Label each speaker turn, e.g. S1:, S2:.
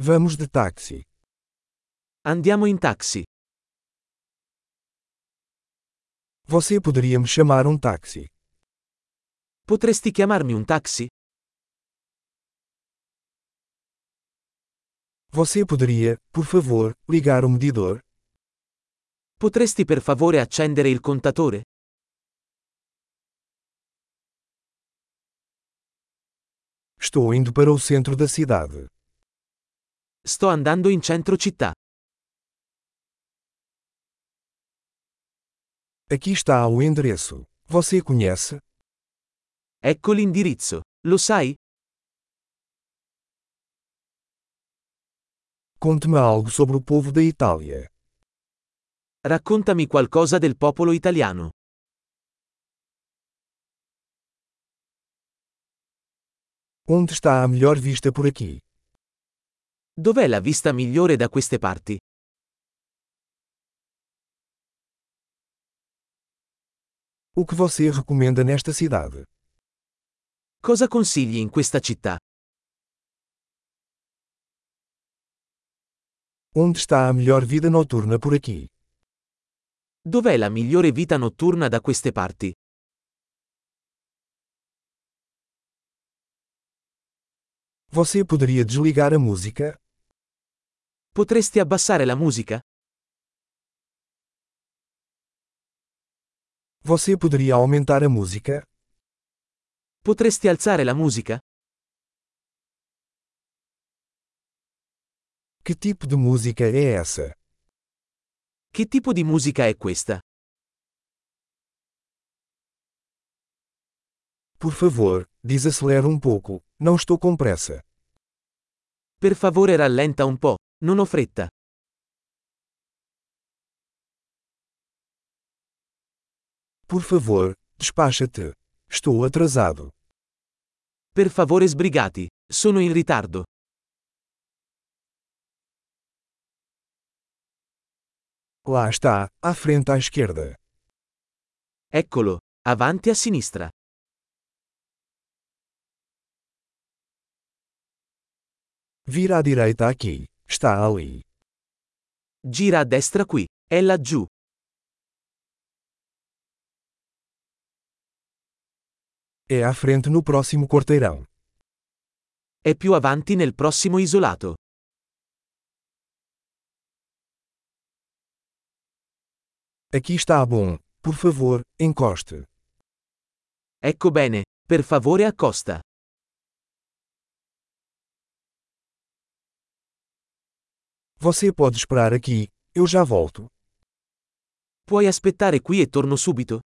S1: Vamos de táxi.
S2: Andiamo in taxi.
S1: Você poderia me chamar um táxi?
S2: Potresti chiamarmi un taxi?
S1: Você poderia, por favor, ligar o medidor?
S2: Potresti per favore accendere il contatore?
S1: Estou indo para o centro da cidade.
S2: Sto andando in centro città.
S1: Aqui está o endereço. Você conhece?
S2: Ecco l'indirizzo. Lo sai?
S1: Conte-me algo sobre o povo da Itália.
S2: Raccontami qualcosa del popolo italiano.
S1: Onde está a melhor vista por aqui?
S2: Dov'è la vista migliore da queste parti?
S1: O que você recomenda nesta cidade?
S2: Cosa consigli in questa città?
S1: Onde está a melhor vida noturna por aqui?
S2: Dov'è la migliore vita notturna da queste parti?
S1: Você poderia desligar a música?
S2: Potresti abbassare la musica?
S1: Você poderia aumentar a música?
S2: Potresti alzare la musica?
S1: Que tipo de música é essa?
S2: Che tipo di musica è questa?
S1: Por favor, desacelera um pouco. Não estou com pressa.
S2: Per favore rallenta un po', non ho fretta.
S1: Por favor, despacha-te. Estou atrasado.
S2: Per favore sbrigati, sono in ritardo.
S1: Lá está, à frente à esquerda.
S2: Eccolo, avanti a sinistra.
S1: Vira à direita aqui. Está ali.
S2: Gira a destra qui, è laggiù.
S1: É à frente no próximo quarteirão.
S2: È più avanti nel prossimo isolato.
S1: Aqui está bom. Por favor, encoste.
S2: Ecco bene, per favore accosta.
S1: Você pode esperar aqui. Eu já volto.
S2: Puoi aspettare qui e torno subito?